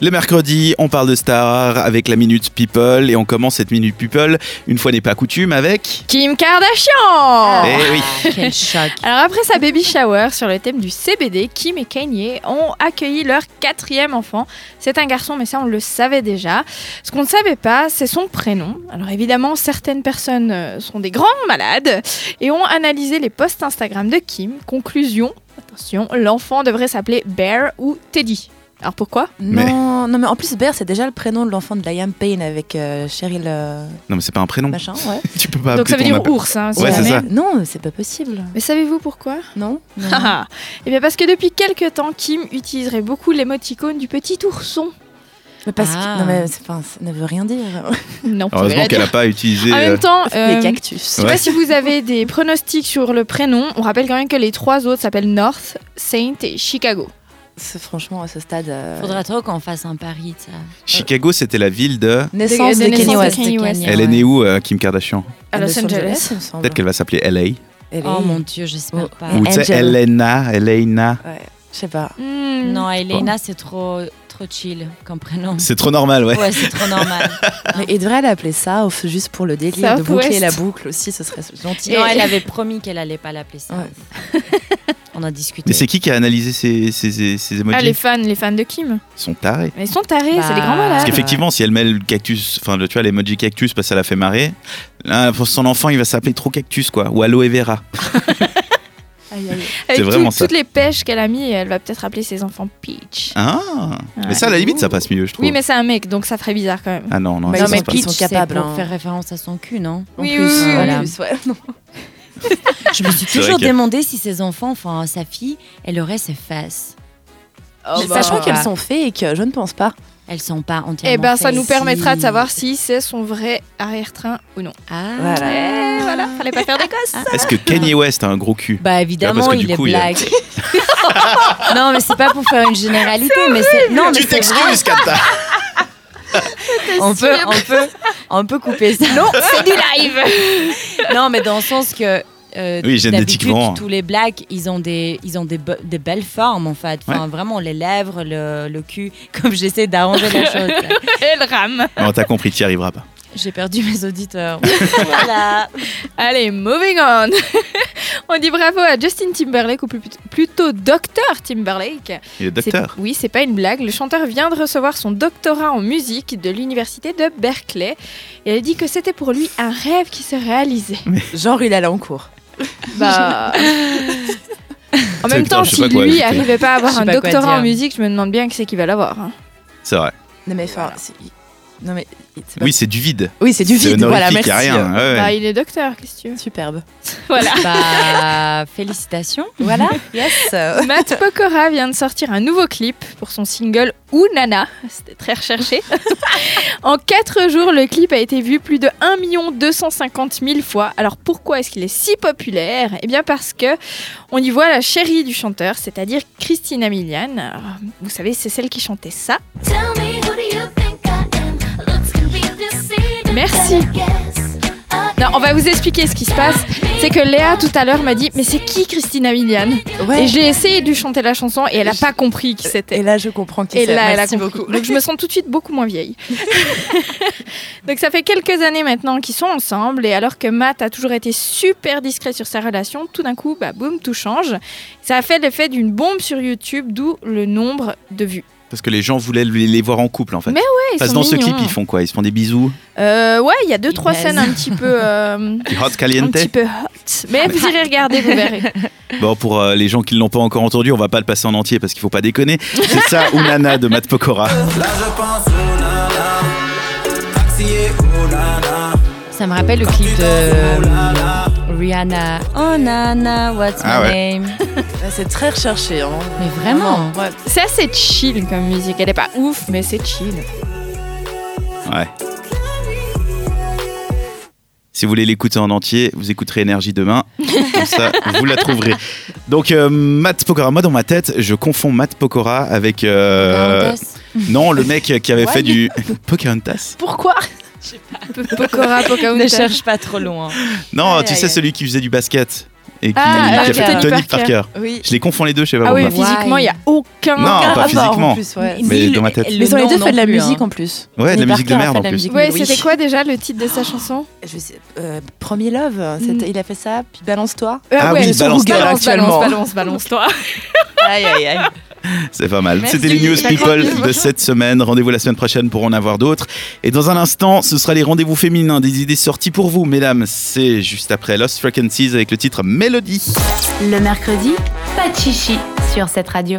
Le mercredi, on parle de stars avec la Minute People et on commence cette Minute People, une fois n'est pas coutume, avec... Kim Kardashian Oh. Eh oui, Quel choc. Ah. Alors après sa baby shower sur le thème du CBD, Kim et Kanye ont accueilli leur quatrième enfant. C'est un garçon, mais ça on le savait déjà. Ce qu'on ne savait pas, c'est son prénom. Alors évidemment, certaines personnes euh, sont des grands malades et ont analysé les posts Instagram de Kim. Conclusion, attention, l'enfant devrait s'appeler Bear ou Teddy. Alors pourquoi Mais- Non, non, mais en plus, Bear, c'est déjà le prénom de l'enfant de Liam Payne avec euh, Cheryl euh, non mais c'est pas un prénom, machin, ouais. tu peux pas Bah, Donc ça veut appeler dire ton appel- ours, hein, si Ah, Ouais, c'est jamais. ça. Non, c'est pas possible. Mais savez-vous pourquoi Non, non. Ah, ah. Eh bien parce que depuis quelques temps, Kim utiliserait beaucoup l'émoticône du petit ourson. Mais parce Ah. que, non, mais c'est- enfin, ça ne veut rien dire. Non, ça veut Heureusement rien qu'elle dire. a pas utilisé... En euh, même temps, euh, Les je cactus. sais pas si vous avez des pronostics sur le prénom. On rappelle quand même que les trois autres s'appellent North, Saint et Chicago. C'est- Franchement, à ce stade, euh, Faudra trop qu'on fasse un pari, ça. Chicago, c'était la ville de... naissance de- de, de Kanye naissance de West. Kanye West. Elle est née où, euh, Kim Kardashian À Los Angeles. il me semble. Peut-être qu'elle va s'appeler LA. Euh, Elle est- Oh mon dieu, j'espère Oh. pas. Et Ou tu sais, Angel. Elena, Elena. Je sais pas. Hmm. Non, Elena, c'est trop, trop chill comme prénom. C'est trop normal, ouais. Ouais, c'est trop normal. Mais il devrait l'appeler ça, off, juste pour le délire, de Southwest. boucler la boucle aussi, ce serait gentil. Non, Et- elle avait promis qu'elle allait pas l'appeler ça. Ouais. On a discuté. Mais c'est qui qui a analysé ces, ces, ces, ces emojis Ah, les fans, les fans de Kim. Ils sont tarés. Mais ils sont tarés, Bah. c'est des grands Parce Parce malades. qu'effectivement, si elle met le cactus, enfin, le- tu vois, l'emoji cactus, parce que ça la fait marrer, là, pour son enfant, il va s'appeler trop cactus, quoi. Ou aloe vera. Aïe, aïe. Avec c'est vraiment tout- ça. toutes les pêches qu'elle a mis, elle va peut-être appeler ses enfants Peach. Ah Mais Ouais. ça, à la limite, ça passe mieux, je trouve. Oui, mais c'est un mec, donc ça ferait bizarre quand même. Ah non, non, Bah, ça, non, ça mais se passe. ils Peach, sont c'est capables, pour hein. faire référence à son cul, non En Oui, plus, oui, oui, voilà. oui. Ouais, non. Je me suis C'est toujours vrai que- demandé si ses enfants, enfin sa fille, elle aurait ses fesses. Oh, bah. Sachant qu'elles sont fake, je ne pense pas. Elles sont pas entièrement Eh ben, ça fesses. nous permettra de savoir si c'est son vrai arrière-train ou non. Ah, Voilà. Eh, voilà, fallait pas faire des gosses. Est-ce que Kanye West a un gros cul Bah évidemment, que du il est coup, il y a- black. non, mais c'est pas pour faire une généralité, mais c'est non, mais Tu c'est vrai. t'excuses, Kata On peut, on peut, on peut couper ça. Non, C'est du live. non, mais dans le sens que. euh, Oui, génétiquement. d'habitude, Tous les blacks, ils ont des, ils ont des, be- des belles formes en fait. Enfin, vraiment les lèvres, le, le cul. Comme j'essaie d'arranger la chose. Elle rame. Non, t'as compris, t'y arriveras pas. J'ai perdu mes auditeurs. voilà. Allez, moving on. on dit bravo à Justin Timberlake ou plus- plutôt Docteur Timberlake. Il est docteur. C'est- Oui, c'est pas une blague. Le chanteur vient de recevoir son doctorat en musique de l'université de Berkeley. Et elle dit que c'était pour lui un rêve qui se réalisait. Genre, il allait en cours. Bah. en même Docteur, temps, je sais si pas quoi lui ajouter. arrivait pas à Je avoir sais un pas quoi doctorat en dire. musique, je me demande bien qui c'est qui va l'avoir. hein. C'est vrai. Non, mais enfin. c'est- Non, mais. c'est pas- Oui, c'est du vide. Oui, c'est du C'est vide. Voilà, honorifique, merci. y a rien. hein. ouais, ouais. Bah, il est docteur, qu'est-ce que tu veux Superbe. Voilà. Bah, félicitations. Voilà, yes. Matt Pokora vient de sortir un nouveau clip pour son single Ou Nana. C'était très recherché. en 4 jours, le clip a été vu plus de 1 250 000 fois. Alors pourquoi est-ce qu'il est si populaire Eh bien parce que on y voit la chérie du chanteur, c'est-à-dire Christina Milian. Alors, vous savez, c'est celle qui chantait ça. Tell me who do you think I am? Looks can be deceiving. Merci. Guess Non, on va vous expliquer ce qui se passe. C'est que Léa tout à l'heure m'a dit mais c'est qui Christina Milian Ouais. Et j'ai essayé de lui chanter la chanson et elle n'a pas compris qui c'était. Et là, je comprends qui Et c'est. là, elle a Merci compris. beaucoup. Donc je me sens tout de suite beaucoup moins vieille. Donc ça fait quelques années maintenant qu'ils sont ensemble et alors que Matt a toujours été super discret sur sa relation, tout d'un coup, bah boum, tout change. Ça a fait l'effet d'une bombe sur YouTube, d'où le nombre de vues. Parce que les gens voulaient les les voir en couple, en fait. Mais Ouais, ils Parce que sont dans ce mignons. clip, ils font quoi Ils se font des bisous Euh, ouais, il y a deux Ils trois baisent. scènes un petit peu, euh, Du hot un caliente petit peu hot. Ah, Mais vous irez regarder, vous verrez. Bon, pour euh, les gens qui ne l'ont pas encore entendu, on va pas le passer en entier parce qu'il faut pas déconner. C'est ça, Unana de Matt Pokora. Là je pense au nana, taxi et au nana, Ça me rappelle le clip de euh, Rihanna. Oh nana, what's Ah my ouais. name? Ouais, C'est très recherché. Hein. Mais vraiment. Ouais. Ça c'est chill comme musique. Elle est pas ouf, mais c'est chill. Ouais. Si vous voulez l'écouter en entier, vous écouterez Énergie demain. Comme ça, vous la trouverez. Donc, euh, Matt Pokora, moi dans ma tête, je confonds Matt Pokora avec. euh, Pocahontas. non, le mec qui avait Ouais. fait du. Pocahontas Pourquoi Pokora, Pocahontas. Ne cherche pas trop loin. Non, Aïe, tu aïe, sais, aïe. celui qui faisait du basket. et qui, Ah, qui euh, a fait Tony Tony Parker. Parker. Oui. Je les confonds les deux, je sais pas Ah oui, pourquoi. Why physiquement, il n'y a aucun. Non, aucun pas rapport. physique. physiquement. Ah, En plus, ouais. Ni Mais le- dans ma tête. le Mais sur les nom deux fait de la non plus, hein. musique en plus. Ouais, de la Tony musique de Parker a merde, fait en la plus. musique de Ouais, Louis. c'était quoi déjà le titre de sa chanson Je sais, euh, Premier Love. c'était- Il a fait ça, puis Balance-toi. Ah Euh, ouais, oui, sur balance-toi. Google. balance, actuellement. balance, balance, balance, toi. aïe, aïe, aïe. C'est pas mal. Merci. C'était les news La people grande news. de cette semaine. Rendez-vous la semaine prochaine pour en avoir d'autres. Et dans un instant, ce sera les rendez-vous féminins, des idées sorties pour vous, mesdames. C'est juste après Lost Frequencies avec le titre Melody. Le mercredi, pas de chichi sur cette radio.